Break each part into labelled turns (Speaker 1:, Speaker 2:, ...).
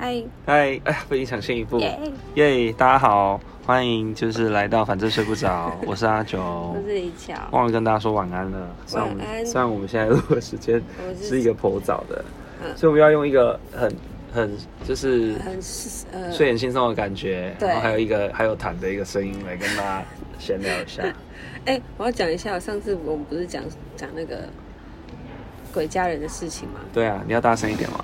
Speaker 1: 嗨，
Speaker 2: 嗨，哎呀，被影响先一步，
Speaker 1: 耶！
Speaker 2: 耶！大家好，欢迎就是来到反正睡不着， 我是阿九
Speaker 1: 我，是李巧，
Speaker 2: 忘了跟大家说晚安了。虽然我
Speaker 1: 晚安
Speaker 2: 们虽然我们现在录的时间
Speaker 1: 我
Speaker 2: 是一个颇早的，
Speaker 1: 嗯
Speaker 2: 所以我们要用一个很很就是
Speaker 1: 很呃，
Speaker 2: 睡眼惺忪的感觉，
Speaker 1: 对
Speaker 2: 然后还有一个还有痰的一个声音来跟大家闲聊 一下。
Speaker 1: 哎、我要讲一下，上次我们不是讲讲那个鬼家人的事情吗？
Speaker 2: 对啊，你要大声一点嘛，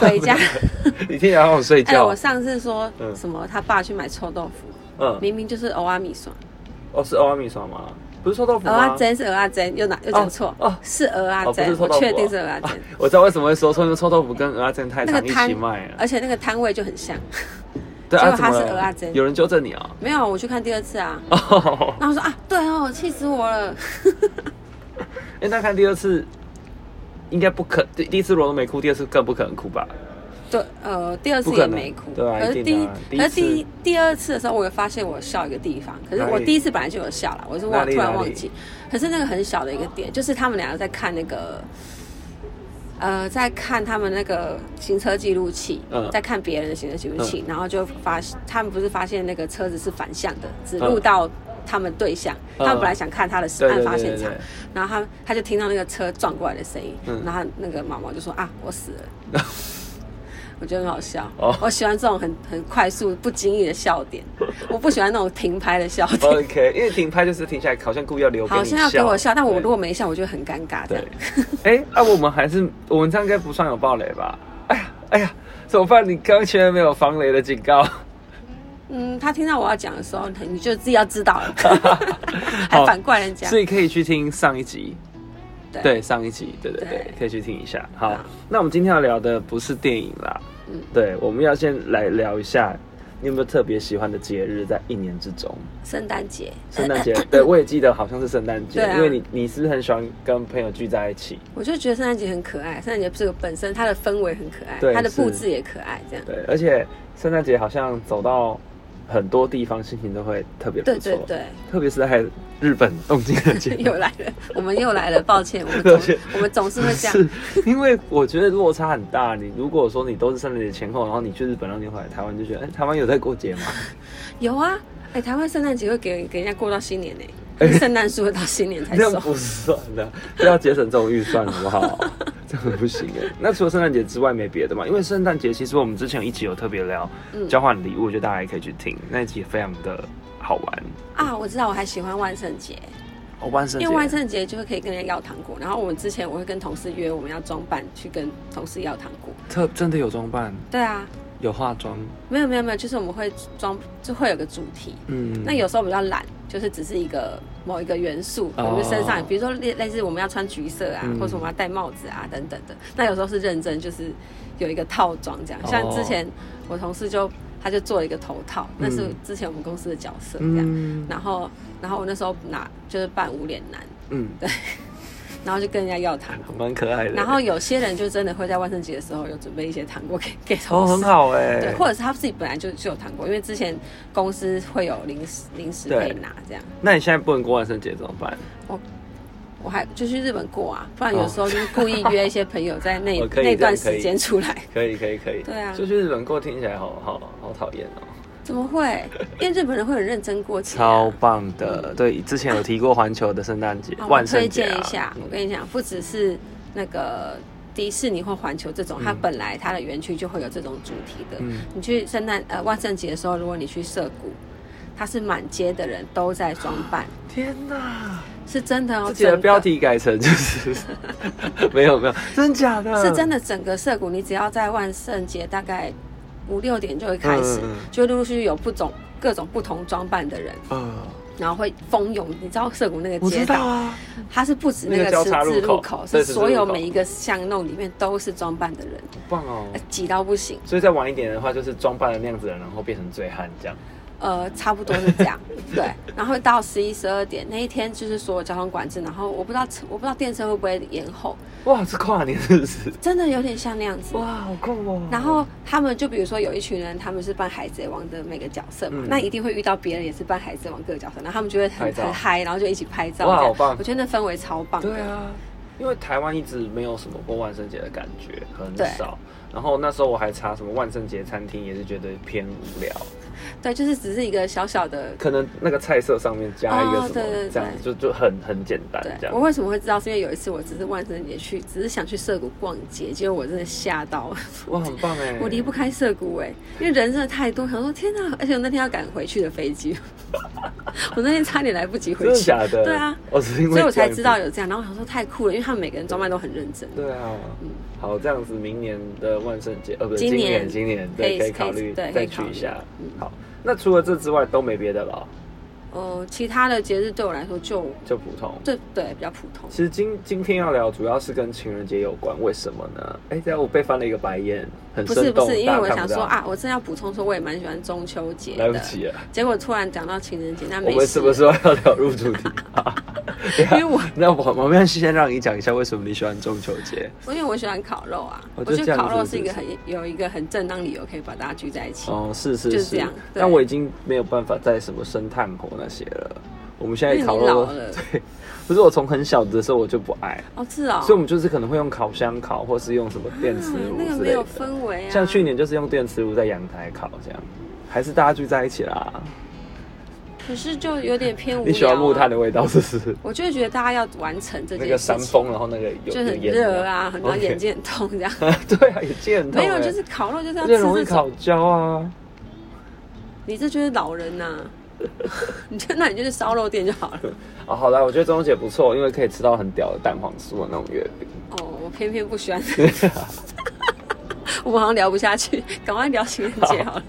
Speaker 1: 鬼家，
Speaker 2: 你听起来好想睡
Speaker 1: 哎、
Speaker 2: 觉
Speaker 1: 我。上次说
Speaker 2: 嗯
Speaker 1: 什么他爸去买臭豆腐，
Speaker 2: 嗯，
Speaker 1: 明明就是欧阿米爽，
Speaker 2: 哦是欧阿米爽吗？不是臭豆腐
Speaker 1: 鹅阿
Speaker 2: 吗？
Speaker 1: 珍是鹅阿珍，又哪又讲错、
Speaker 2: 啊哦哦
Speaker 1: 是鹅阿
Speaker 2: 哦不
Speaker 1: 珍，
Speaker 2: 是臭
Speaker 1: 啊我
Speaker 2: 豆腐
Speaker 1: 确定
Speaker 2: 哦
Speaker 1: 是鹅阿珍、
Speaker 2: 我知道为什么会说臭豆臭豆腐跟鹅阿珍太
Speaker 1: 那
Speaker 2: 常
Speaker 1: 个
Speaker 2: 一
Speaker 1: 摊
Speaker 2: 起卖啊了。
Speaker 1: 而且那个摊位就很像。
Speaker 2: 对
Speaker 1: 结
Speaker 2: 啊，
Speaker 1: 果
Speaker 2: 怎
Speaker 1: 他
Speaker 2: 么
Speaker 1: 是
Speaker 2: 了
Speaker 1: 鹅啊真
Speaker 2: 有人纠正你啊、
Speaker 1: 没有，我去看第二次啊，
Speaker 2: 哦？
Speaker 1: 然后我说啊，对哦，气死我了。
Speaker 2: 哎，那看第二次应该不可，第第一次罗都没哭，第二次更不可能哭吧？
Speaker 1: 对，呃，第二次
Speaker 2: 不
Speaker 1: 也
Speaker 2: 可能
Speaker 1: 没哭，
Speaker 2: 对啊
Speaker 1: 可是
Speaker 2: 一
Speaker 1: 第
Speaker 2: 定
Speaker 1: 一
Speaker 2: 的啊，
Speaker 1: 可是
Speaker 2: 第一次
Speaker 1: 第一第二次的时候，我有发现我笑一个地方，可是
Speaker 2: 哪
Speaker 1: 我
Speaker 2: 里
Speaker 1: 第一次本来就有笑了，我是忘
Speaker 2: 哪里
Speaker 1: 突然
Speaker 2: 哪
Speaker 1: 忘
Speaker 2: 里
Speaker 1: 记，可是那个很小的一个点，就是他们两个在看那个。呃，在看他们那个行车记录器，
Speaker 2: 嗯
Speaker 1: 在看别人的行车记录器，然后就发，他们不是发现那个车子是反向的，只
Speaker 2: 嗯
Speaker 1: 录到他们对象。
Speaker 2: 嗯
Speaker 1: 他们本来想看他的
Speaker 2: 对
Speaker 1: 案
Speaker 2: 对
Speaker 1: 发
Speaker 2: 对
Speaker 1: 现
Speaker 2: 对
Speaker 1: 场
Speaker 2: 对，，
Speaker 1: 然后他他就听到那个车撞过来的声音，
Speaker 2: 嗯
Speaker 1: 然后他那个毛毛就说啊，我死了。我觉得很好笑
Speaker 2: 哦
Speaker 1: 我喜欢这种很很快速、不经意的笑 点，我不喜欢那种停拍的笑点。
Speaker 2: OK，因为停拍就是停下来，好像故意要留给
Speaker 1: 好
Speaker 2: 你
Speaker 1: 像要给我笑，但我如
Speaker 2: 果
Speaker 1: 果没笑，我就很尴尬。这
Speaker 2: 对
Speaker 1: 样，，
Speaker 2: 哎，啊，我们还是我们这样应该不算有暴雷吧？哎呀，哎呀，怎么办？你刚刚前面没有防雷的警告，
Speaker 1: 嗯，他听到我要讲的时候，你就自己要知道 了， 还反怪人家。
Speaker 2: 所以可以去听上一集。
Speaker 1: 对
Speaker 2: 对，上一集，对对对，
Speaker 1: 对
Speaker 2: 可以去听一下。好
Speaker 1: 好，
Speaker 2: 那我们今天要聊的不是电影啦，
Speaker 1: 嗯
Speaker 2: 对，我们要先来聊一下，你有没有特别喜欢的节日在一年之 中？
Speaker 1: 圣诞节，
Speaker 2: 圣诞节，对我也记得好像是圣诞节，
Speaker 1: 对啊
Speaker 2: 因为你你是不是很喜欢跟朋友聚在一起？
Speaker 1: 我就觉得圣诞节很可爱。圣诞节这个本身它的氛围很可爱，
Speaker 2: 对
Speaker 1: 它的布
Speaker 2: 是
Speaker 1: 置也可爱，这样。
Speaker 2: 对，而且圣诞节好像走到很多地方，心情都会特别不
Speaker 1: 对
Speaker 2: 错，
Speaker 1: 对对，
Speaker 2: 特别是在日本东京的 节
Speaker 1: 又来了，我们又 来了，抱歉，我们
Speaker 2: 抱
Speaker 1: 总
Speaker 2: 歉
Speaker 1: 我们总是会这样。
Speaker 2: 是， 因为我觉得落差很大。你如果说你都是圣诞节前后，然后你去日本，然后你回来台湾，就觉得，哎、台湾有在过节吗？
Speaker 1: 有啊，哎、台湾圣诞节会给给人家过到新年呢、可是圣诞树会到新年才
Speaker 2: 哎这
Speaker 1: 收
Speaker 2: 样。不算的，这要节省这种预算好 不好？这样不行哎。那除了圣诞节之外，没别的嘛？因为圣诞节其实我们之前有一集有特别聊
Speaker 1: 嗯
Speaker 2: 交换礼物，我觉得大家也可以去听，那一集也非常的好玩。
Speaker 1: 啊，我知道，我还喜欢万圣节，
Speaker 2: 哦，万圣
Speaker 1: 因为万
Speaker 2: 节，
Speaker 1: 圣节就是可以跟人家要糖果。然后我们之前我会跟同事约，我们要装扮去跟同事要糖果。
Speaker 2: 特真的有装扮，
Speaker 1: 对啊，
Speaker 2: 有化妆，
Speaker 1: 没有没有没有，就是我们会装，就会有个主题。
Speaker 2: 嗯，
Speaker 1: 那有时候比较懒，就是只是一个某一个元素，我
Speaker 2: 哦
Speaker 1: 们身上，比如说类类似我们要穿橘色啊，
Speaker 2: 嗯
Speaker 1: 或者我们要戴帽子啊等等的。那有时候是认真，就是有一个套装这样。
Speaker 2: 哦
Speaker 1: 像之前我同事就他就做了一个头套，那是之前我们公司的角色这样。
Speaker 2: 嗯
Speaker 1: 然后然后我那时候拿就是扮无脸男，
Speaker 2: 嗯，
Speaker 1: 然后就跟人家要糖果。
Speaker 2: 蛮可爱的。
Speaker 1: 然后有些人就真的会在万圣节的时候有准备一些糖果 给给同
Speaker 2: 哦，
Speaker 1: 事，
Speaker 2: 很好哎，
Speaker 1: 对，或者是他自己本来就就有糖果，因为之前公司会有零食零食可以
Speaker 2: 对
Speaker 1: 拿这样。
Speaker 2: 那你现在不能过万圣节怎么办？
Speaker 1: 我还就去日本过啊，不然有时候就是故意约一些朋友在那
Speaker 2: 哦可以
Speaker 1: 那段
Speaker 2: 这样可
Speaker 1: 时
Speaker 2: 以
Speaker 1: 间出来。
Speaker 2: 可以可以可以，
Speaker 1: 对啊
Speaker 2: 就去日本过听起来好好好讨厌哦。
Speaker 1: 怎么会？因为日本人会很认真过节、啊。
Speaker 2: 超棒的，对，之前有提过环球的圣诞节、
Speaker 1: 嗯啊我
Speaker 2: 万圣
Speaker 1: 推
Speaker 2: 节
Speaker 1: 荐
Speaker 2: 啊
Speaker 1: 一下，我
Speaker 2: 嗯
Speaker 1: 跟你讲，不只是那个迪士尼或环球这种，它本来它的园区就会有这种主题的。
Speaker 2: 嗯
Speaker 1: 你去圣诞呃万圣节的时候，如果你去涩谷，它是满街的人都在装扮，
Speaker 2: 天哪，
Speaker 1: 是真的哦。
Speaker 2: 自己的
Speaker 1: 整个
Speaker 2: 标题改成就是 没有没有，真假的？
Speaker 1: 是真
Speaker 2: 的，
Speaker 1: 的，整个涩谷你只要在万圣节大概五六点就会开始，
Speaker 2: 嗯嗯嗯
Speaker 1: 就会陆陆续续有不种各种不同装扮的人，
Speaker 2: 呃，
Speaker 1: 然后会蜂拥。你知道涩谷那个
Speaker 2: 我
Speaker 1: 街
Speaker 2: 知道
Speaker 1: 道，
Speaker 2: 啊，
Speaker 1: 它是不止那
Speaker 2: 那
Speaker 1: 个
Speaker 2: 个交
Speaker 1: 十
Speaker 2: 叉
Speaker 1: 字
Speaker 2: 路口
Speaker 1: 路口，
Speaker 2: 对
Speaker 1: 是
Speaker 2: 十字
Speaker 1: 所有
Speaker 2: 路口
Speaker 1: 每一个巷弄里面都是装扮的人，
Speaker 2: 好棒哦
Speaker 1: 呃。挤到不行。
Speaker 2: 所以再晚一点的话，就是装扮了那样子的人，然后变成醉汉这样。
Speaker 1: 呃，差不多是这 样，对。然后到十一、十二点那一天，就是所有交通管制，然后我不知道车我不知道电车会不会延后，
Speaker 2: 哇，是跨年是不是？
Speaker 1: 真的有点像那样子。
Speaker 2: 哇，好酷哦。
Speaker 1: 然后他们就比如说有一群人，他们是扮海贼王的每个角色嘛，
Speaker 2: 嗯
Speaker 1: 那一定会遇到别人也是扮海贼王各个角色，然后他们就会很
Speaker 2: 拍照
Speaker 1: 很嗨，然后就一起拍照。
Speaker 2: 哇
Speaker 1: 这样
Speaker 2: 好棒啊
Speaker 1: 我觉得那氛围超棒的。
Speaker 2: 对啊，因为台湾一直没有什么过万圣节的感觉，很
Speaker 1: 对
Speaker 2: 少。然后那时候我还查什么万圣节餐厅，也是觉得偏无聊，
Speaker 1: 对，就是只是一个小小的。
Speaker 2: 可能那个菜色上面加一个
Speaker 1: 哦
Speaker 2: 什么，
Speaker 1: 对对对
Speaker 2: 这样就就很很简单这
Speaker 1: 对，
Speaker 2: 样
Speaker 1: 我。为什么会知道？是因为有一次我只是万圣节去，只是想去涩谷逛街，结果我真的吓到，
Speaker 2: 哇，很棒哎！
Speaker 1: 我离不开涩谷哎、因为人真的太多，想说天哪！而且我那天要赶回去的飞机， 我那天差点来不及回
Speaker 2: 真的
Speaker 1: 去，
Speaker 2: 假的？
Speaker 1: 对啊，
Speaker 2: 哦，只是因为
Speaker 1: 所以我才知道
Speaker 2: 这样
Speaker 1: 有这样。然后我想说太酷了，因为他们每个人装扮都很认真。
Speaker 2: 子。对啊，好，这样子明年的万圣节，呃，不
Speaker 1: 嗯
Speaker 2: 是
Speaker 1: 今
Speaker 2: 今
Speaker 1: 年
Speaker 2: 今年
Speaker 1: 可以
Speaker 2: 对，可以
Speaker 1: 可以
Speaker 2: 考虑
Speaker 1: 对可
Speaker 2: 再
Speaker 1: 以
Speaker 2: 去
Speaker 1: 考虑嗯
Speaker 2: 一下。好，那除了这之外都没别的了哦，
Speaker 1: 呃，其他的节日对我来说就
Speaker 2: 就普通。
Speaker 1: 对对比较普通。
Speaker 2: 其实今今天要聊主要是跟情人节有关，为什么呢？哎、这样我被翻了一个白眼，很
Speaker 1: 不
Speaker 2: 生
Speaker 1: 是
Speaker 2: 动，
Speaker 1: 不是，因
Speaker 2: 大
Speaker 1: 为
Speaker 2: 家
Speaker 1: 我
Speaker 2: 看
Speaker 1: 想
Speaker 2: 不到
Speaker 1: 说，啊，我真的要补充说，我也蛮喜欢中秋节
Speaker 2: 来不
Speaker 1: 的。
Speaker 2: 及了，
Speaker 1: 结果突然讲到情人节，那
Speaker 2: 我
Speaker 1: 没事。
Speaker 2: 们什么时候要聊入主题？
Speaker 1: 因为我
Speaker 2: 那我我们先让你讲一下为什么你喜欢中秋 节。
Speaker 1: 因为我喜欢烤肉啊，我
Speaker 2: 哦就
Speaker 1: 觉
Speaker 2: 这
Speaker 1: 得
Speaker 2: 样
Speaker 1: 烤肉
Speaker 2: 子
Speaker 1: 是一个
Speaker 2: 是
Speaker 1: 很有一个很正当理由可以把大家聚在一起。
Speaker 2: 哦，是是，
Speaker 1: 就是这样对
Speaker 2: 但我已经没有办法在什么生炭火那些了。我们现
Speaker 1: 因为
Speaker 2: 在
Speaker 1: 你
Speaker 2: 烤
Speaker 1: 老
Speaker 2: 肉
Speaker 1: 了，
Speaker 2: 对，不是我从很小的时候我就不爱，
Speaker 1: 哦，是哦
Speaker 2: 所以，我们就是可能会用烤箱烤，或是用什么电磁
Speaker 1: 嗯
Speaker 2: 炉
Speaker 1: 那个
Speaker 2: 之
Speaker 1: 没
Speaker 2: 类
Speaker 1: 有
Speaker 2: 的。
Speaker 1: 氛围啊。
Speaker 2: 像去年就是用电磁炉在阳台烤这样，还是大家聚在一起啦。
Speaker 1: 可是就有点偏无聊、啊。
Speaker 2: 你喜欢木炭的味道 是不是？
Speaker 1: 我就会觉得大家要完成这
Speaker 2: 那
Speaker 1: 件
Speaker 2: 个
Speaker 1: 事情，
Speaker 2: 山峰，然后那个有
Speaker 1: 就很
Speaker 2: 有烟
Speaker 1: 热啊，很多
Speaker 2: OK
Speaker 1: 眼睛很痛这样。
Speaker 2: 对啊，也见很痛
Speaker 1: 没有，
Speaker 2: 欸
Speaker 1: 就是烤肉就是要
Speaker 2: 而
Speaker 1: 吃
Speaker 2: 且容
Speaker 1: 这
Speaker 2: 易
Speaker 1: 种。
Speaker 2: 烤焦啊。
Speaker 1: 你这就是老人呐、 你就那你就去烧肉店就好了。
Speaker 2: 啊，好啦，我觉得中秋节不错，因为可以吃到很屌的蛋黄酥的那种月饼。
Speaker 1: 哦，我偏偏不喜欢。 我们好像聊不下去，赶快聊情人节好了。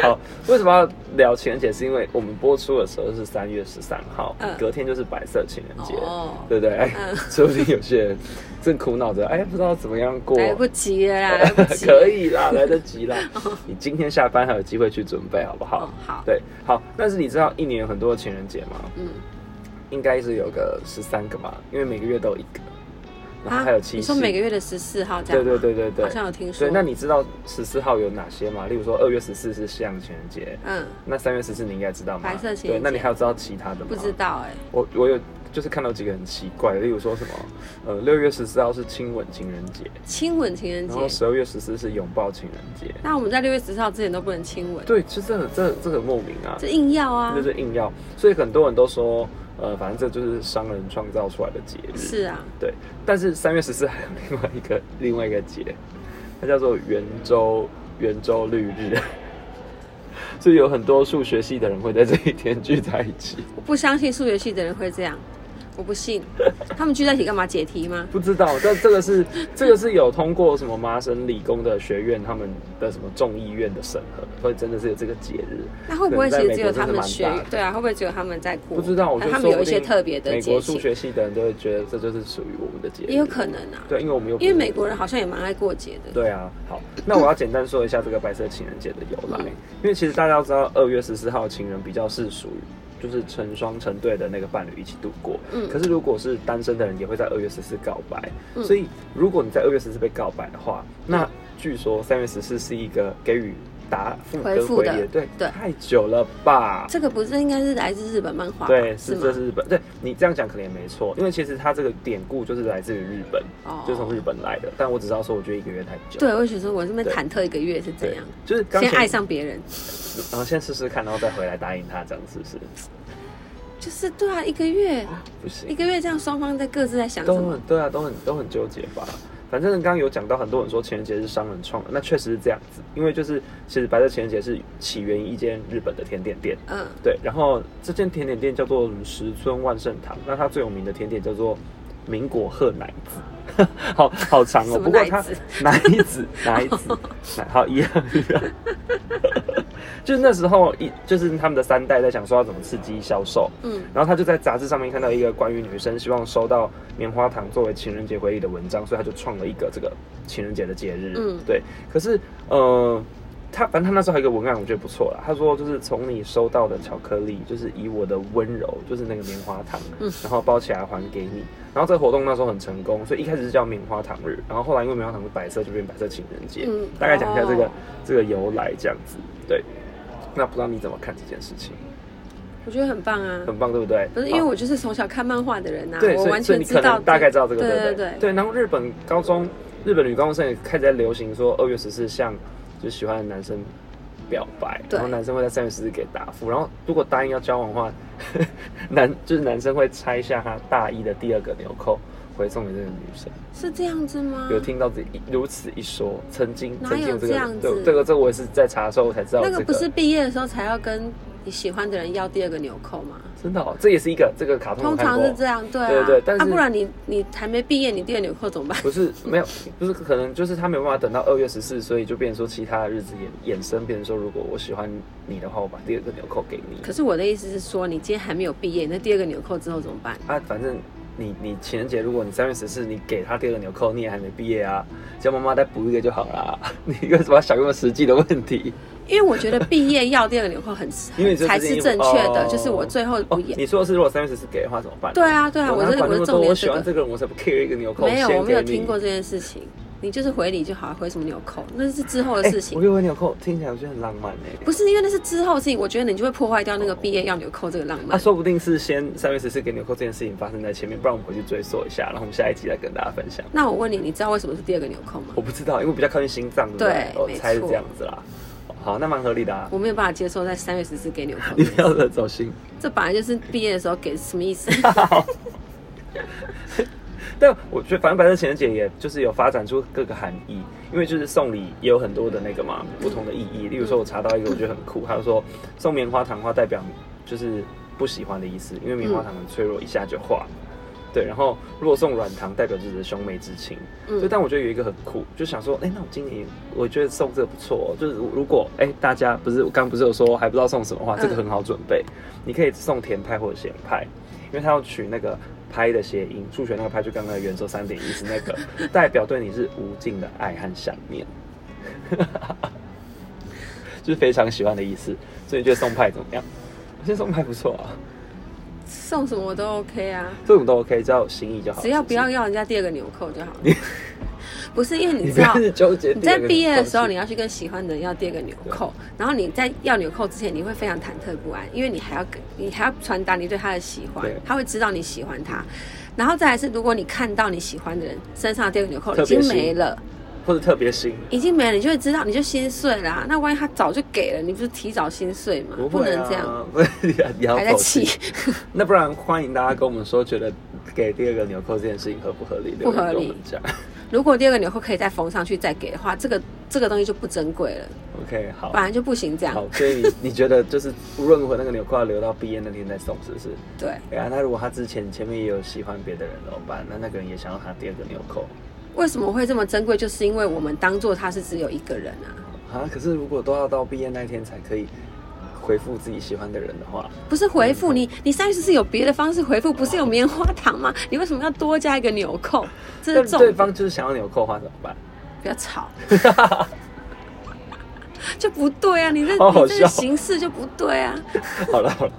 Speaker 2: 好， 为什么要聊情人节？是因为我们播出的时候是三月十三号，
Speaker 1: 嗯
Speaker 2: 隔天就是白色情人节，
Speaker 1: 哦
Speaker 2: 对不对？哎、
Speaker 1: 嗯
Speaker 2: 说不定有些人正苦恼着，哎，不知道怎么样过。
Speaker 1: 来不及哦了啦，来不及。
Speaker 2: 可。以 啦，来得及啦。你今天下班还有机会去准备，好不好？
Speaker 1: 哦好
Speaker 2: 对，好。但是你知道一年有很多情人节吗？
Speaker 1: 嗯。
Speaker 2: 应该是有个十三个吧，因为每个月都有一个，然后还有七夕。
Speaker 1: 啊你说每个月的十四号这
Speaker 2: 对
Speaker 1: 样吗？
Speaker 2: 对对对对，
Speaker 1: 好像有听说。
Speaker 2: 对，那你知道十四号有哪些吗？例如说二月十四是西洋情人节，
Speaker 1: 嗯，
Speaker 2: 那三月十四你应该知道吗？
Speaker 1: 白色情人节
Speaker 2: 对，那你还有知道其他的吗？
Speaker 1: 不知。道哎、
Speaker 2: 我我有就是看到几个很奇怪的，例如说什么，呃，六月十四号是亲吻情人节，
Speaker 1: 亲吻情人
Speaker 2: 然后
Speaker 1: 节。
Speaker 2: 十二月十四是拥抱情人节。
Speaker 1: 那我们在六月十四号之前都不能亲吻，
Speaker 2: 对，就这很这这很莫名啊，
Speaker 1: 这硬要啊
Speaker 2: 就。是硬要。所以很多人都说，呃，反正这就是商人创造出来的节日。
Speaker 1: 是啊，
Speaker 2: 对，但是三月十四还有另外一个另外一个节，它叫做圆周圆周率日， 所以有很多数学系的人会在这一天聚在一起。
Speaker 1: 我不相信数学系的人会这样，我不 信。他们聚在一起干嘛？解题吗？
Speaker 2: 不知道，但这个是这个是有通过什么麻省理工的学院他们的什么众议院的审核，所以真的是有这个节日。
Speaker 1: 那会不会其实只有他
Speaker 2: 可能在美
Speaker 1: 们
Speaker 2: 国
Speaker 1: 学
Speaker 2: 真的蛮大的
Speaker 1: 对啊？会不会只有他们在过？
Speaker 2: 不知道，我觉
Speaker 1: 那
Speaker 2: 得
Speaker 1: 他们有一
Speaker 2: 说
Speaker 1: 些
Speaker 2: 不定
Speaker 1: 特别的
Speaker 2: 美
Speaker 1: 节
Speaker 2: 国数
Speaker 1: 庆，
Speaker 2: 学系的人都会觉得这就是属于我们的节日，
Speaker 1: 也有可能啊。
Speaker 2: 对，因为我们又不
Speaker 1: 因为
Speaker 2: 是
Speaker 1: 美国人好像也蛮爱过节的。
Speaker 2: 对啊，好，那我要简单说一下这个白色情人节的由来，
Speaker 1: 嗯
Speaker 2: 因为其实大家都知道，二月十四号情人比较是属于就是成双成对的那个伴侣一起度过，
Speaker 1: 嗯
Speaker 2: 可是如果是单身的人，也会在二月十四告白，
Speaker 1: 嗯
Speaker 2: 所以如果你在二月十四被告白的话，那据说三月十四是一个给予答复
Speaker 1: 回
Speaker 2: 跟
Speaker 1: 复
Speaker 2: 回
Speaker 1: 的
Speaker 2: 也对，
Speaker 1: 对
Speaker 2: 太久了吧。
Speaker 1: 这个不是应该是来自日本漫画吧？
Speaker 2: 对，
Speaker 1: 是
Speaker 2: 是
Speaker 1: 吗？
Speaker 2: 这是日本，对你这样讲可能也没错，因为其实它这个典故就是来自于日本，
Speaker 1: 哦
Speaker 2: 就从日本来的。但我只知道说，我觉得一个月太久了。
Speaker 1: 对，我就觉得我这边忐忑一个月是怎样？
Speaker 2: 就是刚
Speaker 1: 先
Speaker 2: 前
Speaker 1: 爱上别人，
Speaker 2: 然后先试试看，然后再回来答应他，这样是不是？
Speaker 1: 就是对啊，一个月
Speaker 2: 不
Speaker 1: 一
Speaker 2: 行，
Speaker 1: 个月这样，双方在各自在想什
Speaker 2: 都
Speaker 1: 么？
Speaker 2: 很对啊，都很都很纠结吧。反正刚刚有讲到，很多人说情人节是商人创的，那确实是这样子，因为就是其实白色情人节是起源于一间日本的甜点店，
Speaker 1: 嗯，
Speaker 2: 对，然后这间甜点店叫做石村万盛堂，那它最有名的甜点叫做民国鹤奶子， 好好长哦。
Speaker 1: 什么
Speaker 2: 不过它 奶子奶子奶好一样一样， 就是那时候一就是他们的三代在想说要怎么刺激销售，
Speaker 1: 嗯，
Speaker 2: 然后他就在杂志上面看到一个关于女生希望收到棉花糖作为情人节回忆的文章，所以他就创了一个这个情人节的节日。
Speaker 1: 嗯
Speaker 2: 对。可是，呃，他反正他那时候还有一个文案，我觉得不错啦。他说就是从你收到的巧克力，就是以我的温柔，就是那个棉花糖，
Speaker 1: 嗯
Speaker 2: 然后包起来还给你。然后这个活动那时候很成功，所以一开始是叫棉花糖日，然后后来因为棉花糖是白色，就变白色情人节。
Speaker 1: 嗯
Speaker 2: 大概讲一下这个、
Speaker 1: 哦
Speaker 2: 这个由来这样子。对。那不知道你怎么看这件事情？
Speaker 1: 我觉得很棒啊。
Speaker 2: 很棒，对不对？
Speaker 1: 不是因
Speaker 2: 好
Speaker 1: 为我就是从小看漫画的人呐、啊
Speaker 2: 对，
Speaker 1: 我
Speaker 2: 所以
Speaker 1: 完
Speaker 2: 所
Speaker 1: 全
Speaker 2: 以你
Speaker 1: 知
Speaker 2: 可
Speaker 1: 道
Speaker 2: 能大概知道这个，
Speaker 1: 对
Speaker 2: 对
Speaker 1: 对
Speaker 2: 不对
Speaker 1: 对。
Speaker 2: 对，然后日本高中日本女高中生也开始在流行说二月十四向就喜欢的男生表白，
Speaker 1: 对
Speaker 2: 然后男生会在三月十四给答复，然后如果答应要交往的话，男就是男生会拆下他大衣的第二个纽扣回送给这个女生。
Speaker 1: 是这样子吗？
Speaker 2: 有听到这一如此一说，曾经
Speaker 1: 嗯哪
Speaker 2: 曾经
Speaker 1: 有
Speaker 2: 有这
Speaker 1: 这样子
Speaker 2: 个对这个这个我也是在查的时候我才知道
Speaker 1: 那
Speaker 2: 这
Speaker 1: 个不是毕业的时候才要跟你喜欢的人要第二个纽扣吗？
Speaker 2: 真的哦，这也是一个这个卡通我
Speaker 1: 通
Speaker 2: 看过
Speaker 1: 常是这样，对啊，
Speaker 2: 对对但是
Speaker 1: 啊、不然你你还没毕业，你第二个纽扣怎么办？
Speaker 2: 不是没有，不是可能就是他没有办法等到二月十四，所以就变成说其他的日子衍衍生，变成说如果我喜欢你的话，我把第二个纽扣给你
Speaker 1: 可是我的意思是说，你今天还没有毕业，那第二个纽扣之后怎么办？
Speaker 2: 啊，反正你你情人节如果你三月十四你给他第二个纽扣，你也还没毕业啊，叫妈妈再补一个就好啦。 你为什么要想那么实际的问题？
Speaker 1: 因为我觉得毕业要第二个纽扣很
Speaker 2: 因为你这
Speaker 1: 才
Speaker 2: 这件
Speaker 1: 是
Speaker 2: 衣服
Speaker 1: 正确的，
Speaker 2: 哦
Speaker 1: 就是我最后不
Speaker 2: 哦
Speaker 1: 也、，
Speaker 2: 你说的是如果三月十四给的话怎么办？
Speaker 1: 对啊对啊，
Speaker 2: 我
Speaker 1: 我
Speaker 2: 哪
Speaker 1: 这我
Speaker 2: 管那
Speaker 1: 的
Speaker 2: 么
Speaker 1: 重
Speaker 2: 多，我
Speaker 1: 点是
Speaker 2: 喜欢
Speaker 1: 这
Speaker 2: 这
Speaker 1: 个
Speaker 2: 个人，我才不 care 一个纽扣，
Speaker 1: 没有我
Speaker 2: 先
Speaker 1: 没有
Speaker 2: 给你
Speaker 1: 听过这件事情，你就是回礼就好，回什么纽扣那是之后的
Speaker 2: 哎
Speaker 1: 事情。
Speaker 2: 我觉得纽扣听起来我觉得很浪漫哎、
Speaker 1: 不是因为那是之后的事情，我觉得你就会破坏掉那个毕业要纽扣这个浪
Speaker 2: 那、
Speaker 1: 漫。
Speaker 2: 说不定是先三月十四给纽扣这件事情发生在前面，不然我们回去追溯一下，然后我们下一集来跟大家分享。
Speaker 1: 那我问你，你知道为什么是第二个纽扣吗
Speaker 2: 我？不知道，因为比较靠近心脏，对不对？
Speaker 1: 对
Speaker 2: 我
Speaker 1: 没
Speaker 2: 猜是
Speaker 1: 错
Speaker 2: 这样子啦。好，那蛮合理的啊。
Speaker 1: 我没有办法接受在三月十四给纽扣
Speaker 2: 你，不要惹走心。
Speaker 1: 这本来就是毕业的时候给，什么意 思？
Speaker 2: 但我觉得，反正白色情人节也就是有发展出各个含义，因为就是送礼也有很多的那个嘛不同的意义。例如说，我查到一个我觉得很酷，他说送棉花糖的话代表就是不喜欢的意思，因为棉花糖很脆弱，一下就化。对，然后如果送软糖，代表就是兄妹之情。
Speaker 1: 嗯
Speaker 2: 所以，但我觉得有一个很酷，就想说，哎、那我今年我觉得送这个不错、哦。就是如果哎、大家不是我刚不是有说还不知道送什么的话，这
Speaker 1: 嗯
Speaker 2: 个很好准备，你可以送甜派或者咸派，因为它要取那个拍的谐音，数学那个拍就刚刚的圆周三点一是那 个，代表对你是无尽的爱和想念， 就是非常喜欢的意思。所以你觉得送派怎么样？我觉得送派不错啊，
Speaker 1: 送什么我都 OK 啊，
Speaker 2: 这种都 OK，只要有心意就好。
Speaker 1: 只要不要
Speaker 2: 是
Speaker 1: 要人家第二个纽扣就好了
Speaker 2: 你。
Speaker 1: 不是因为
Speaker 2: 不是
Speaker 1: 你
Speaker 2: 你
Speaker 1: 知
Speaker 2: 不
Speaker 1: 道
Speaker 2: 要，是纠结
Speaker 1: 你
Speaker 2: 第二
Speaker 1: 在
Speaker 2: 个
Speaker 1: 毕业的时候，
Speaker 2: 东西
Speaker 1: 你要去跟喜欢的人要第二个纽扣，然后你在要纽扣之前，你会非常忐忑不安，因为你还要跟你还要传达你对他的喜欢
Speaker 2: 对，
Speaker 1: 他会知道你喜欢他。然后再来是，如果你看到你喜欢的人身上的第二个纽扣
Speaker 2: 特
Speaker 1: 已
Speaker 2: 别
Speaker 1: 经
Speaker 2: 心
Speaker 1: 没了，
Speaker 2: 或者特别心。
Speaker 1: 已经没了，你就会知道，你就心碎啦、那万一他早就给了，你不是提早心碎吗？
Speaker 2: 不
Speaker 1: 不
Speaker 2: 会
Speaker 1: 能
Speaker 2: 啊
Speaker 1: 这样，，
Speaker 2: 不是 你要你要
Speaker 1: 还在
Speaker 2: 走
Speaker 1: 气
Speaker 2: 心，那不然欢迎大家跟我们说，觉得给第二个纽扣这件事情合不合理？
Speaker 1: 不
Speaker 2: 留言
Speaker 1: 合
Speaker 2: 跟我
Speaker 1: 理
Speaker 2: 们讲。
Speaker 1: 如果第二个纽扣可以再缝上去再给的话，这个这个东西就不珍贵了，
Speaker 2: OK，好
Speaker 1: 本，来就不行这样。
Speaker 2: 好，所以你你觉得就是无论如何那个纽扣要留到毕业那天再送，是不是？
Speaker 1: 对，
Speaker 2: 哎呀，那如果他之前前面也有喜欢别的人怎么办？那那个人也想要他第二个纽扣
Speaker 1: 为什么会这么珍贵？就是因为我们当做它是只有一个人啊，
Speaker 2: 啊？可是如果都要到毕业那一天才可以回复自己喜欢的人的话，
Speaker 1: 不是回复你，你三十是有别的方式回复，不是有棉花糖吗？你为什么要多加一个纽扣？这
Speaker 2: 但
Speaker 1: 是重
Speaker 2: 对
Speaker 1: 点
Speaker 2: 方就是想要纽扣的话怎么办？
Speaker 1: 不要吵， 就不对啊！你这
Speaker 2: 好好
Speaker 1: 你这个
Speaker 2: 笑
Speaker 1: 形式就不对啊！
Speaker 2: 好了好了，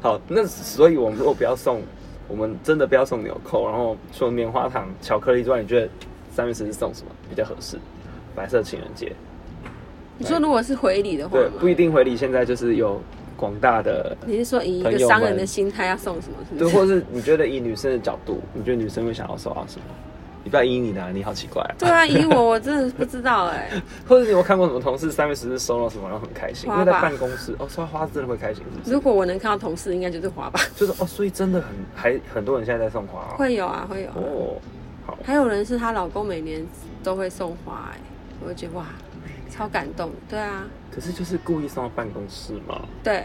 Speaker 2: 好，那所以我们如果不要送，我们真的不要送纽扣，然后除了棉花糖、巧克力之外，你觉得三月十四送什么比较合适？白色情人节，
Speaker 1: 你说如果是回礼的话
Speaker 2: 对，
Speaker 1: 吗
Speaker 2: 不一定回礼。现在就是有广大的，
Speaker 1: 你是说以一
Speaker 2: 朋
Speaker 1: 个
Speaker 2: 友
Speaker 1: 商
Speaker 2: 们
Speaker 1: 人的心态要送什么？是
Speaker 2: 对，
Speaker 1: 不是？
Speaker 2: 或是你觉得以女生的角度，你觉得女生会想要收到什么？你不要以你的啊、你好奇怪啊！
Speaker 1: 对啊，以我我真的不知道哎、
Speaker 2: 或者你有没有看过什么同事三月十四收到什么，然后很开心，因
Speaker 1: 花
Speaker 2: 为在
Speaker 1: 吧
Speaker 2: 办公室哦，收到花真的会开心，是不是
Speaker 1: 如果我能看到同事，应该就是花吧？
Speaker 2: 就是哦，所以真的很还很多人现在在送花、哦，
Speaker 1: 会有啊，会有啊、
Speaker 2: 哦，好，
Speaker 1: 还有人是她老公每年都会送花、哎，我就觉得哇，超感动。对啊，
Speaker 2: 可是就是故意送到办公室嘛，
Speaker 1: 对，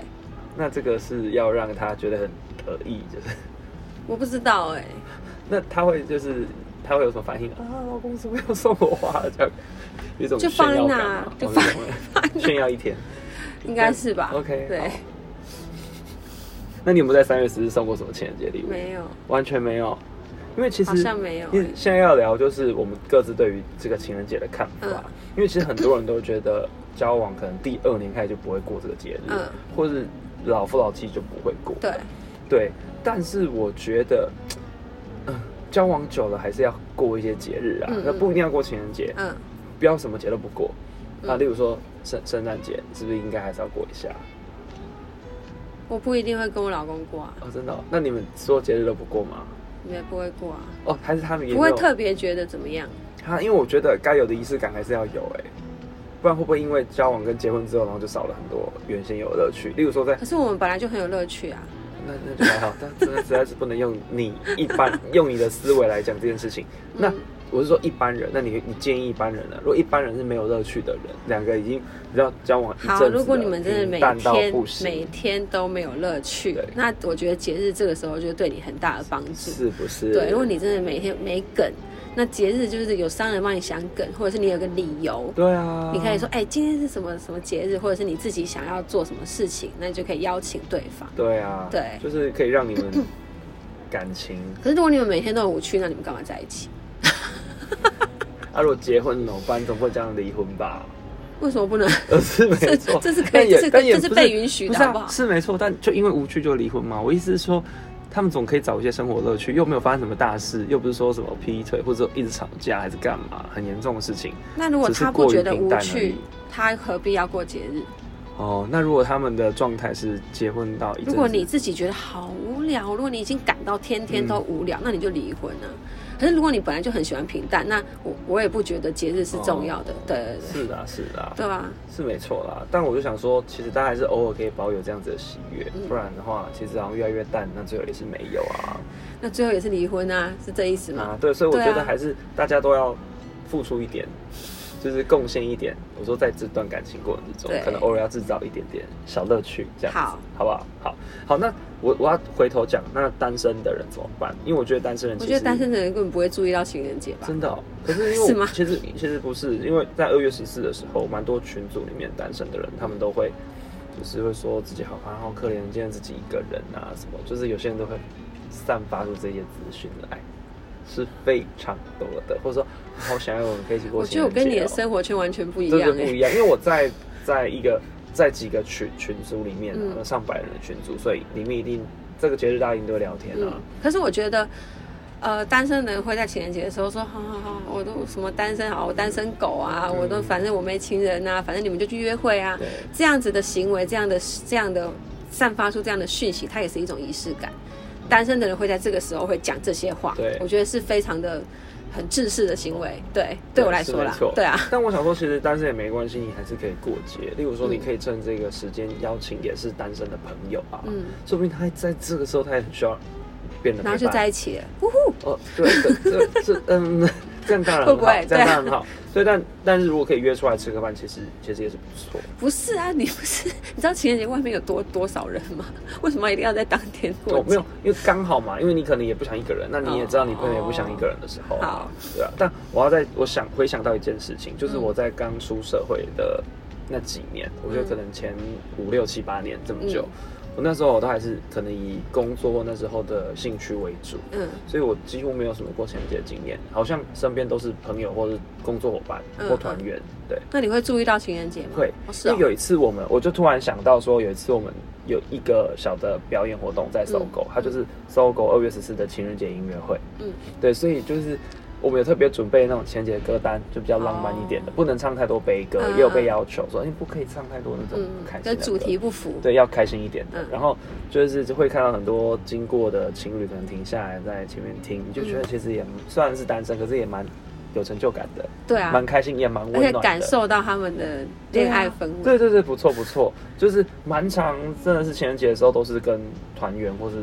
Speaker 2: 那这个是要让他觉得很得意，就是
Speaker 1: 我不知道哎、
Speaker 2: 那他会就是他会有什么反应啊？老公怎么又送我花这样？有一种
Speaker 1: 就
Speaker 2: 炫
Speaker 1: 放在
Speaker 2: 耀
Speaker 1: 那
Speaker 2: 感嘛，
Speaker 1: 就
Speaker 2: 哦
Speaker 1: 放
Speaker 2: 有种炫耀一天。
Speaker 1: 应该是吧
Speaker 2: OK，
Speaker 1: 对
Speaker 2: 好，那你有没有在三月十日送过什么情人节礼物？
Speaker 1: 没有，
Speaker 2: 完全没有，因为其实
Speaker 1: 好像没有
Speaker 2: 因
Speaker 1: 欸
Speaker 2: 为现在要聊就是我们各自对于这个情人节的看法，
Speaker 1: 嗯
Speaker 2: 因为其实很多人都觉得交往可能第二年开始就不会过这个节日，
Speaker 1: 嗯
Speaker 2: 或是老夫老妻就不会过。
Speaker 1: 对，
Speaker 2: 对，但是我觉得，呃交往久了还是要过一些节日啊
Speaker 1: 嗯嗯，
Speaker 2: 那、不一定要过情人节，
Speaker 1: 嗯，
Speaker 2: 不要什么节都不过。
Speaker 1: 嗯
Speaker 2: 啊，例如说圣圣诞节，是不是应该还是要过一下？
Speaker 1: 我不一定会跟我老公过啊，
Speaker 2: 哦，真的哦、那你们所有节日都不过吗？
Speaker 1: 也不会过啊，
Speaker 2: 哦，还是他们也
Speaker 1: 不
Speaker 2: 没
Speaker 1: 会
Speaker 2: 有
Speaker 1: 特别觉得怎么样。
Speaker 2: 啊，因为我觉得该有的仪式感还是要有哎、不然会不会因为交往跟结婚之后，然后就少了很多原先有的乐趣？例如说在
Speaker 1: 可是我们本来就很有乐趣啊。
Speaker 2: 那那就还好，但真的实在是不能用你一般用你的思维来讲这件事情。
Speaker 1: 嗯
Speaker 2: 那我是说一般人，那你你建议一般人呢？如果一般人是没有乐趣的人，两个已经你知道交往一阵子
Speaker 1: 好，啊
Speaker 2: 了，
Speaker 1: 如果你们真的每
Speaker 2: 平淡到
Speaker 1: 天
Speaker 2: 不
Speaker 1: 每
Speaker 2: 行，
Speaker 1: 天都没有乐趣
Speaker 2: 对，
Speaker 1: 那我觉得节日这个时候就对你很大的帮助。
Speaker 2: 是不是？
Speaker 1: 对，如果你真的每天没梗，那节日就是有商人帮你想梗，或者是你有个理由，
Speaker 2: 对啊，
Speaker 1: 你可以说，哎、今天是什么什么节日，或者是你自己想要做什么事情，那你就可以邀请对方。
Speaker 2: 对啊，
Speaker 1: 对
Speaker 2: 就是可以让你们感情。
Speaker 1: 可是如果你们每天都很无趣，那你们干嘛在一起？
Speaker 2: 啊，如果结婚怎么办？总不会这样离婚吧？
Speaker 1: 为什么 不能？
Speaker 2: 呃，是没错，
Speaker 1: 这这是可以
Speaker 2: 但也
Speaker 1: 这是
Speaker 2: 但也
Speaker 1: 这是
Speaker 2: 不
Speaker 1: 被允许的
Speaker 2: 不是啊
Speaker 1: 好不好
Speaker 2: 是没错，但就因为无趣就离婚嘛。我意思是说，他们总可以找一些生活乐趣，又没有发生什么大事，又不是说什么劈腿或者一直吵架还是干嘛很严重的事情。
Speaker 1: 那如果
Speaker 2: 只是
Speaker 1: 他不
Speaker 2: 过于
Speaker 1: 觉得
Speaker 2: 平
Speaker 1: 无
Speaker 2: 淡而
Speaker 1: 趣
Speaker 2: 已，
Speaker 1: 他何必要过节日？
Speaker 2: 哦，那如果他们的状态是结婚到一阵子，
Speaker 1: 如果你自己觉得好无聊，如果你已经感到天天都无
Speaker 2: 嗯
Speaker 1: 聊，那你就离婚啊。可是如果你本来就很喜欢平淡，那我我也不觉得节日是重要的，对对对，
Speaker 2: 是的啊，是的啊，
Speaker 1: 对吧？
Speaker 2: 是没错啦。但我就想说，其实大家还是偶尔可以保有这样子的喜悦，
Speaker 1: 嗯
Speaker 2: 不然的话，其实好像越来越淡，那最后也是没有啊。
Speaker 1: 那最后也是离婚啊，是这意思吗？
Speaker 2: 啊，对，所以我
Speaker 1: 对啊
Speaker 2: 觉得还是大家都要付出一点，就是贡献一点。我说在这段感情过程之中
Speaker 1: 对，
Speaker 2: 可能偶尔要制造一点点小乐趣，这样子，
Speaker 1: 好
Speaker 2: 好不好？好，好，那我我要回头讲，那单身的人怎么办？因为我觉得单身人
Speaker 1: 我
Speaker 2: 其实，
Speaker 1: 觉得单身的人根本不会注意到情人节吧？
Speaker 2: 真的哦、可是因为
Speaker 1: 是
Speaker 2: 我
Speaker 1: 吗
Speaker 2: 其实其实不是，因为在二月十四的时候，蛮多群组里面单身的人，他们都会就是会说自己好烦，好可怜，今天自己一个人啊什么，就是有些人都会散发出这些资讯来，是非常多的，或者说好想要有人可以一起过
Speaker 1: 我觉
Speaker 2: 情
Speaker 1: 得我
Speaker 2: 人节、哦。
Speaker 1: 跟你的生活圈完全不一
Speaker 2: 真
Speaker 1: 样
Speaker 2: 的
Speaker 1: 哎、
Speaker 2: 不一样，因为欸我在在一个在几个群群组里面、
Speaker 1: 嗯
Speaker 2: 啊，上百人的群组，所以里面一定这个节日大家一定都会聊天
Speaker 1: 嗯，
Speaker 2: 啊。
Speaker 1: 可是我觉得，呃，单身的人会在情人节的时候说，好好好，我都什么单身好，我单身狗啊，我都反正我没情人啊，反正你们就去约会啊
Speaker 2: 嗯对，
Speaker 1: 这样子的行为，这样的这样的散发出这样的讯息，它也是一种仪式感。单身的人会在这个时候会讲这些话，
Speaker 2: 对
Speaker 1: 我觉得是非常的很自私的行为，对，对我来说啦
Speaker 2: 是没错，
Speaker 1: 对啊，
Speaker 2: 但我想说，其实单身也没关系，你还是可以过节。例如说，
Speaker 1: 嗯
Speaker 2: 你可以趁这个时间邀请也是单身的朋友啊，
Speaker 1: 嗯，
Speaker 2: 说不定他在这个时候他也很需要变得陪
Speaker 1: 然
Speaker 2: 伴。
Speaker 1: 后就在一起了，呼呼，
Speaker 2: 哦，对，这这这嗯，这样当然很好，
Speaker 1: 会不会
Speaker 2: 这
Speaker 1: 对
Speaker 2: 样当
Speaker 1: 啊
Speaker 2: 然很好。所以但但是如果可以约出来吃个饭，其实其实也是不错。
Speaker 1: 不是啊，你不是，你知道情人节外面有多多少人吗？为什么一定要在当天过
Speaker 2: 哦，没
Speaker 1: 节
Speaker 2: 有？，因为刚好嘛，因为你可能也不想一个人，那你也知道你朋友也不想一个人的时候、啊
Speaker 1: 哦好，
Speaker 2: 对啊。但我要在我想回想到一件事情，
Speaker 1: 嗯
Speaker 2: 就是我在刚出社会的那几年，
Speaker 1: 嗯
Speaker 2: 我觉得可能前五六七八年这么久，我那时候我都还是可能以工作或那时候的兴趣为主，
Speaker 1: 嗯。
Speaker 2: 所以我几乎没有什么过情人节的经验，好像身边都是朋友或是工作伙伴
Speaker 1: 嗯
Speaker 2: 或团员，对。
Speaker 1: 那你会注意到情人节吗？
Speaker 2: 会
Speaker 1: 哦，是
Speaker 2: 因
Speaker 1: 哦
Speaker 2: 为有一次我们，我就突然想到说，有一次我们有一个小的表演活动在搜狗，它就是搜狗二月十四的情人节音乐会。
Speaker 1: 嗯，
Speaker 2: 对，所以就是我们有特别准备那种情人节歌单，就比较浪漫一点的，
Speaker 1: 哦
Speaker 2: 不能唱太多悲歌，
Speaker 1: 嗯
Speaker 2: 也有被要求说，哎、不可以唱太多那种
Speaker 1: 嗯
Speaker 2: 不开，心的
Speaker 1: 跟
Speaker 2: 歌。
Speaker 1: 主题不符。
Speaker 2: 对，要开心一点的。
Speaker 1: 嗯
Speaker 2: 然后就是就会看到很多经过的情侣可能停下来在前面听，你就觉得
Speaker 1: 嗯
Speaker 2: 其实也、虽然是单身，可是也蛮有成就感的，
Speaker 1: 对啊，
Speaker 2: 蛮开心，也蛮温
Speaker 1: 而
Speaker 2: 暖
Speaker 1: 且
Speaker 2: 的。
Speaker 1: 感受到他们的恋爱氛围。
Speaker 2: 对对啊对，不错不错，就是蛮长，真的是情人节的时候都是跟团员或是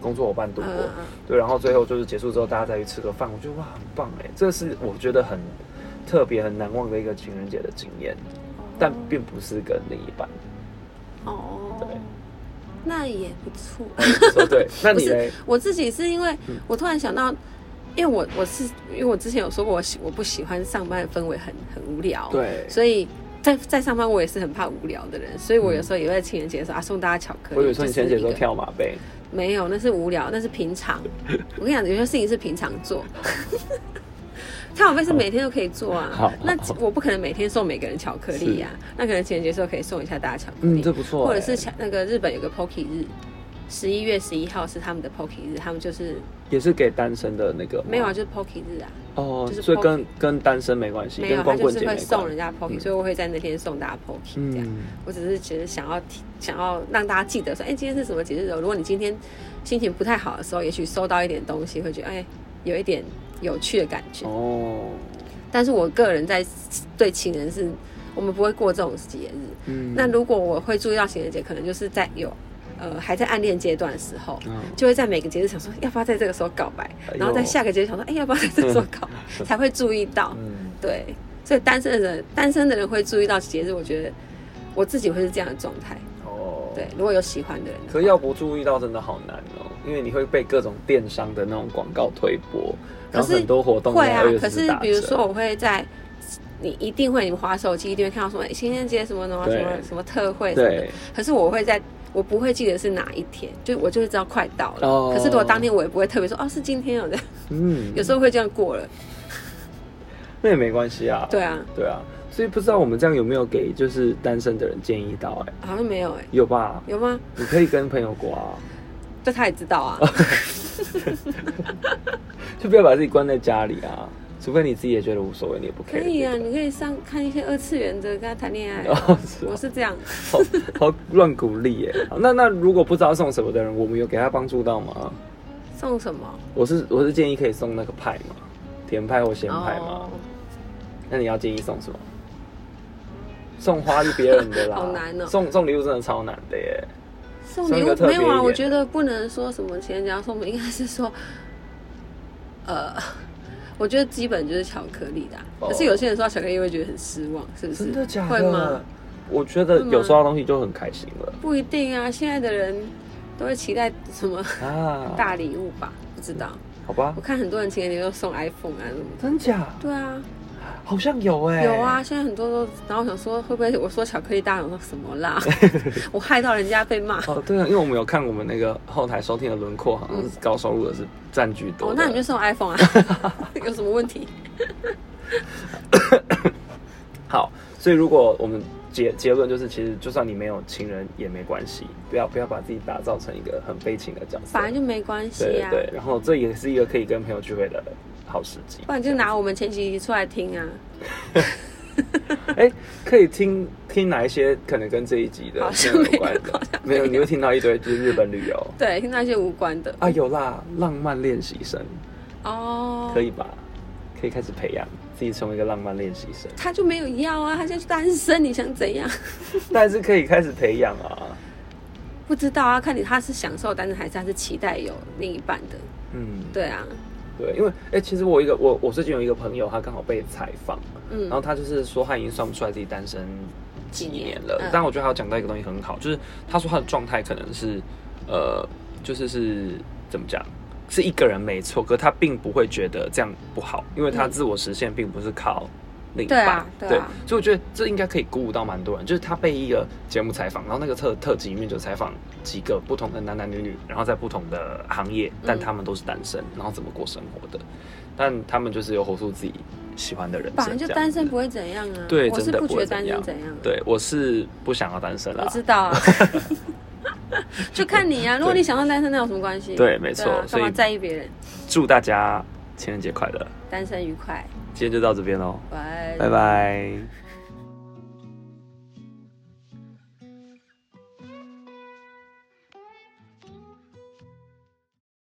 Speaker 2: 工作伙伴度过，
Speaker 1: 嗯嗯
Speaker 2: 对，然后最后就是结束之后大家再去吃个饭，我觉得哇很棒哎，这是我觉得很特别很难忘的一个情人节的经验，但并不是跟另一半，
Speaker 1: 哦
Speaker 2: 对，
Speaker 1: 那也不错。
Speaker 2: 说对，那
Speaker 1: 不
Speaker 2: 你嘞
Speaker 1: 是？我自己是因为
Speaker 2: 嗯
Speaker 1: 我突然想到，因为我我是因为我之前有说过我喜我不喜欢上班的氛围很很无聊，，
Speaker 2: 对，
Speaker 1: 所以。在在上班，我也是很怕无聊的人，所以我有时候也会在情人节的时候啊送大家巧克力。
Speaker 2: 我有时候你情人节的时候
Speaker 1: 就是一个
Speaker 2: 跳马背，
Speaker 1: 没有，那是无聊，那是平常。 我跟你讲，有些事情是平常做。跳舞费是每天都可以做
Speaker 2: 好
Speaker 1: 啊
Speaker 2: 好，
Speaker 1: 那我不可能每天送每个人巧克力呀、啊那可能情人节的时候可以送一下大家巧克力，啊
Speaker 2: 嗯，这不错
Speaker 1: 或
Speaker 2: 欸，
Speaker 1: 者是巧那个日本有个 Pocky 日，十一月十一号是他们的 Pocky 日，他们就是
Speaker 2: 也是给单身的那个吗
Speaker 1: 没有啊，就是 Pocky 日啊，
Speaker 2: 哦
Speaker 1: 就，是
Speaker 2: 所以
Speaker 1: poke
Speaker 2: 跟跟单身没关系，
Speaker 1: 没
Speaker 2: 跟
Speaker 1: 有，他
Speaker 2: 光
Speaker 1: 就
Speaker 2: 棍
Speaker 1: 是
Speaker 2: 节
Speaker 1: 会
Speaker 2: 没
Speaker 1: 送
Speaker 2: 关
Speaker 1: 人
Speaker 2: 系，
Speaker 1: 家 Pocky，、
Speaker 2: 嗯
Speaker 1: 所以我会在那天送大家 Pocky 这样。
Speaker 2: 嗯，
Speaker 1: 我只是觉得想要提想要让大家记得说，哎、今天是什么节日哦？如果你今天心情不太好的时候，也许收到一点东西，会觉得哎、有一点有趣的感觉。
Speaker 2: 哦。
Speaker 1: 但是我个人在对情人是，我们不会过这种节日。
Speaker 2: 嗯
Speaker 1: 那如果我会注意到情人节，可能就是在有呃还在暗恋阶段的时候，
Speaker 2: 嗯
Speaker 1: 就会在每个节日想说要不要在这个时候告白，
Speaker 2: 哎呦
Speaker 1: 然后在下个节日想说哎、要不要在这个时候 告白，才会注意到。
Speaker 2: 嗯，
Speaker 1: 对，所以单身的人单身的人会注意到节日，我觉得我自己会是这样的状态。
Speaker 2: 哦，
Speaker 1: 对，如果有喜欢的人啊的话，
Speaker 2: 可是要不注意到真的好难哦，因为你会被各种电商的那种广告推播，然后
Speaker 1: 可是
Speaker 2: 很多活动
Speaker 1: 会
Speaker 2: 在
Speaker 1: 啊
Speaker 2: 二月，
Speaker 1: 可
Speaker 2: 十四
Speaker 1: 是
Speaker 2: 打折
Speaker 1: 比如说我会在。你一定会，你划手机一定会看到什么哎情人节什么什么
Speaker 2: 对
Speaker 1: 什么什么特惠什么的
Speaker 2: 对。，
Speaker 1: 可是我会在，我不会记得是哪一天，就我就会知道快到了。
Speaker 2: 哦
Speaker 1: 可是如果当天我也不会特别说哦是今 天有的，
Speaker 2: 嗯，
Speaker 1: 有时候会这样过了。
Speaker 2: 哦那也没关系啊，
Speaker 1: 对啊，
Speaker 2: 对啊，所以不知道我们这样有没有给就是单身的人建议到、哎，
Speaker 1: 好像没有哎、
Speaker 2: 有吧？
Speaker 1: 有吗？
Speaker 2: 你可以跟朋友过啊，
Speaker 1: 这他也知道啊。
Speaker 2: 就不要把自己关在家里啊，除非你自己也觉得无所谓，你也不
Speaker 1: 可
Speaker 2: care
Speaker 1: 以啊，
Speaker 2: 这个
Speaker 1: 你可以上看一些二次元的，跟他谈恋爱。
Speaker 2: 哦，是
Speaker 1: 我
Speaker 2: 啊
Speaker 1: 是这样，
Speaker 2: 好好乱鼓励耶。好那那如果不知道送什么的人，我们有给他帮助到吗？
Speaker 1: 送什么？
Speaker 2: 我是我是建议可以送那个派嘛，甜派或咸派嘛。
Speaker 1: 哦，
Speaker 2: 那你要建议送什么？送花是别人的啦，
Speaker 1: 好难哦
Speaker 2: 送送礼物真的超难的耶。
Speaker 1: 送
Speaker 2: 送一
Speaker 1: 礼
Speaker 2: 个
Speaker 1: 物
Speaker 2: 特别
Speaker 1: 没
Speaker 2: 一
Speaker 1: 有啊？
Speaker 2: 点
Speaker 1: 我觉得不能说什么情人节要送，应该是说， 呃， 我觉得基本就是巧克力的啊、
Speaker 2: 哦
Speaker 1: 可是有些人说到巧克力会觉得很失望，是不是？
Speaker 2: 真的假
Speaker 1: 会吗
Speaker 2: 的？？我觉得
Speaker 1: 会吗
Speaker 2: 有收到东西就很开心了
Speaker 1: 不一定啊，现在的人都会期待什么
Speaker 2: 啊。
Speaker 1: 大礼物吧？不知道，
Speaker 2: 好吧
Speaker 1: 我，看很多人情人节都送 iPhone 啊什么的。
Speaker 2: 真假？
Speaker 1: 对啊，
Speaker 2: 好像有哎、
Speaker 1: 有啊，，现在很多都，然后我想说会不会我说巧克力大家想说什么 啦？我害到人家被骂。
Speaker 2: 哦，对啊，因为我们有看我们那个后台收听的轮廓，好像是高收入的是占居多
Speaker 1: 哦，
Speaker 2: 的。
Speaker 1: 那你就送 iPhone 啊， 有什么 问题？
Speaker 2: 好，所以如果我们结结论就是，其实就算你没有情人也没关系，不要不要把自己打造成一个很悲情的角色。
Speaker 1: 反正就没关系
Speaker 2: 对
Speaker 1: 啊。
Speaker 2: 对，然后这也是一个可以跟朋友聚会的好时机
Speaker 1: 不。然就拿我们前几集出来听啊，
Speaker 2: 哎、可以听听哪一些可能跟这一集的
Speaker 1: 好像
Speaker 2: 内容
Speaker 1: 没有
Speaker 2: 关的
Speaker 1: 好像？
Speaker 2: 没有，你会听到一堆就是日本旅游
Speaker 1: 对，听那些无关的
Speaker 2: 啊，有啦，浪漫练习生
Speaker 1: 哦。
Speaker 2: 可以吧？可以开始培养自己成为一个浪漫练习生，
Speaker 1: 他就没有要啊，他就是单身，你想怎样？
Speaker 2: 但是可以开始培养啊。
Speaker 1: 不知道啊，看你他是享受单身还是他是期待有另一半的。
Speaker 2: 嗯，
Speaker 1: 对啊，
Speaker 2: 对，因为哎、其实我一个我我最近有一个朋友，他刚好被采访，
Speaker 1: 嗯
Speaker 2: 然后他就是说他已经算不出来自己单身几
Speaker 1: 几年
Speaker 2: 年了，
Speaker 1: 嗯
Speaker 2: 但我觉得他有讲到一个东西很好，就是他说他的状态可能是呃，就是是怎么讲，是一个人没错，可他并不会觉得这样不好，因为他
Speaker 1: 嗯
Speaker 2: 自我实现并不是靠。另一
Speaker 1: 对
Speaker 2: 半
Speaker 1: 啊对啊
Speaker 2: 所以我觉得这应该可以鼓舞到蛮多人。就是他被一个节目采访，然后那个特特辑里面就采访几个不同的男男女女，然后在不同的行业，但
Speaker 1: 嗯
Speaker 2: 他们都是单身，然后怎么过生活的，但他们就是有活出自己喜欢的人生。
Speaker 1: 反正就
Speaker 2: 这样
Speaker 1: 单身
Speaker 2: 子
Speaker 1: 不会怎样啊。
Speaker 2: 对
Speaker 1: 我是
Speaker 2: 真的
Speaker 1: 不
Speaker 2: 不
Speaker 1: 觉
Speaker 2: 会
Speaker 1: 得单
Speaker 2: 怎样
Speaker 1: 身怎样啊。
Speaker 2: 对，我是不想要单身啦
Speaker 1: 我。知 道啊，就看你啊。如果你想要单身，那有什么关系？
Speaker 2: 对没错
Speaker 1: 对啊
Speaker 2: 所
Speaker 1: 干嘛
Speaker 2: 以
Speaker 1: 在意别人？
Speaker 2: 祝大家情人节快乐！
Speaker 1: 单身愉快，
Speaker 2: 今天就到这边喽，
Speaker 1: 拜
Speaker 2: 拜拜。